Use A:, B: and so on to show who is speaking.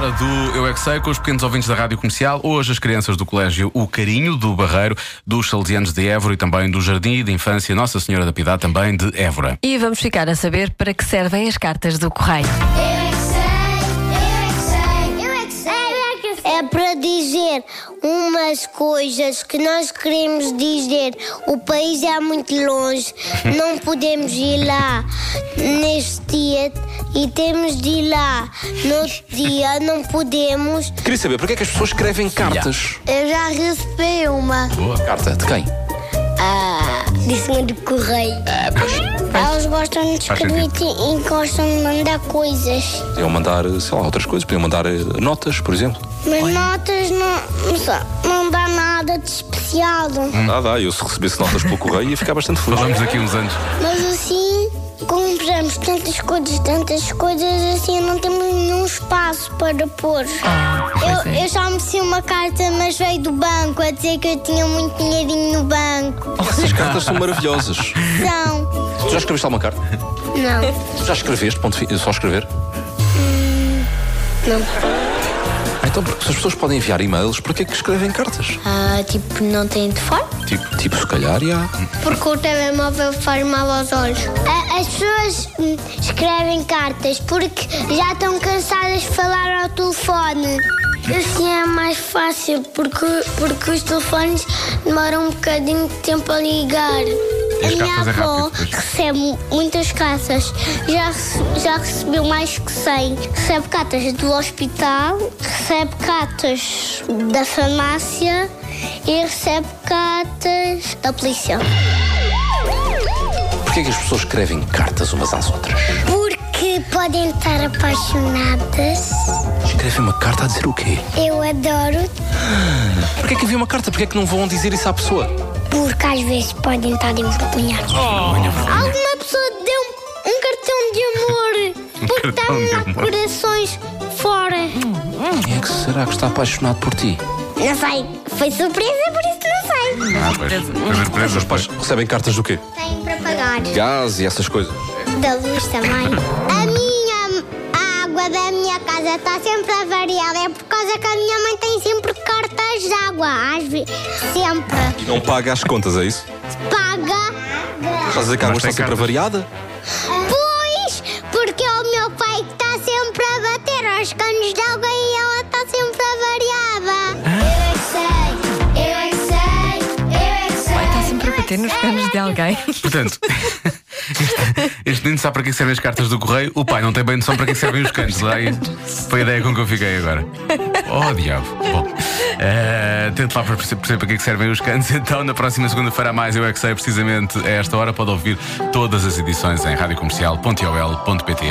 A: do Eu é que Sei, com os pequenos ouvintes da Rádio Comercial, hoje as crianças do Colégio O Carinho, do Barreiro, dos Salesianos de Évora e também do Jardim de Infância Nossa Senhora da Piedade, também de Évora.
B: E vamos ficar a saber para que servem as cartas do correio.
C: Eu é que sei, eu é que sei, eu é que sei, eu é que sei.
D: É para dizer umas coisas que nós queremos dizer. O país é muito longe, não podemos ir lá neste dia e temos de ir lá no outro dia, não podemos.
E: Queria saber porque é que as pessoas escrevem cartas.
D: Eu já recebi uma.
A: Boa.
E: Carta de quem?
D: Ah, disse de correio. Elas gostam de
A: Faz
D: escrever e gostam de mandar coisas.
E: Podiam mandar, sei lá, outras coisas, podiam mandar eh, notas, por exemplo.
D: Mas notas não, só- não dá nada de especial.
E: Ah, dá, eu se recebesse notas pelo correio ia ficar bastante feliz.
A: Falamos aqui uns anos.
D: Mas assim, compramos tantas coisas, tantas coisas, assim não temos nenhum espaço para pôr.
B: pois
D: Eu,
B: é.
D: eu já me recebi uma carta, mas veio do banco a dizer que eu tinha muito dinheirinho no banco.
E: Oh, Essas cartas são maravilhosas. Tu
D: Não,
E: já escreveste alguma carta?
D: não.
E: Tu já escreveste, ponto fi- eh, só escrever?
D: não.
E: Ah, Então, porque se as pessoas podem enviar e-mails, para que é que escrevem cartas?
D: Ah, tipo, não tem de fora?
E: Tipo, tipo se calhar, já.
D: Porque o telemóvel faz mal aos olhos. As pessoas hum, escrevem cartas porque já estão cansadas de falar ao telefone. Assim é mais fácil porque, porque os telefones demoram um bocadinho de tempo a ligar.
A: E as
D: a minha
A: cartas é rápido
D: avó
A: depois.
D: recebe muitas cartas. Já, rece- já recebeu mais que 100. Recebe cartas do hospital, recebe cartas da farmácia e recebe cartas da polícia.
E: Porquê é que as pessoas escrevem cartas umas às outras?
D: Porque podem estar apaixonadas.
E: Escrevem uma carta a dizer o quê?
D: Eu adoro,
E: Porquê é que havia uma carta? Porquê é que não vão dizer isso à pessoa?
D: porque às vezes podem estar envergonhadas.
A: Oh.
D: Alguma pessoa deu um cartão de amor porque
A: Um cartão de
D: estavam lá
A: amor.
D: corações fora.
E: Quem é que será que está apaixonado por ti?
D: Não sei, foi surpresa, por isso não sei.
A: Ah, pois. Foi surpresa,
E: Os pais
A: pois.
E: recebem cartas do quê?
D: Tem para pagar.
E: Gás e essas coisas.
D: Da luz também. A minha a água da minha casa está sempre avariada. É por causa que a minha mãe tem sempre cartas de água. Às vezes, sempre.
E: E não paga as contas, é isso?
D: Paga.
E: Estás a dizer que a
A: Mas tem
E: água está sempre
A: cartas.
E: variada?
D: Pois, porque é o meu pai que está sempre a bater aos canos de água e ela está sempre avariada.
C: Eu é que sei, eu é que sei, eu é que sei.
B: Está sempre a bater nos
D: é
B: canos de alguém.
A: Portanto, este, este menino sabe para que servem as cartas do correio, o pai não tem bem noção para que servem os canos. Daí foi a ideia com que eu fiquei agora. Oh, diabo. Bom, eh, tente lá para perce- perceber para que é que servem os canos. Então, na próxima segunda-feira, a mais eu é que sei, precisamente a esta hora, pode ouvir todas as edições em radiocomercial.ol.pt.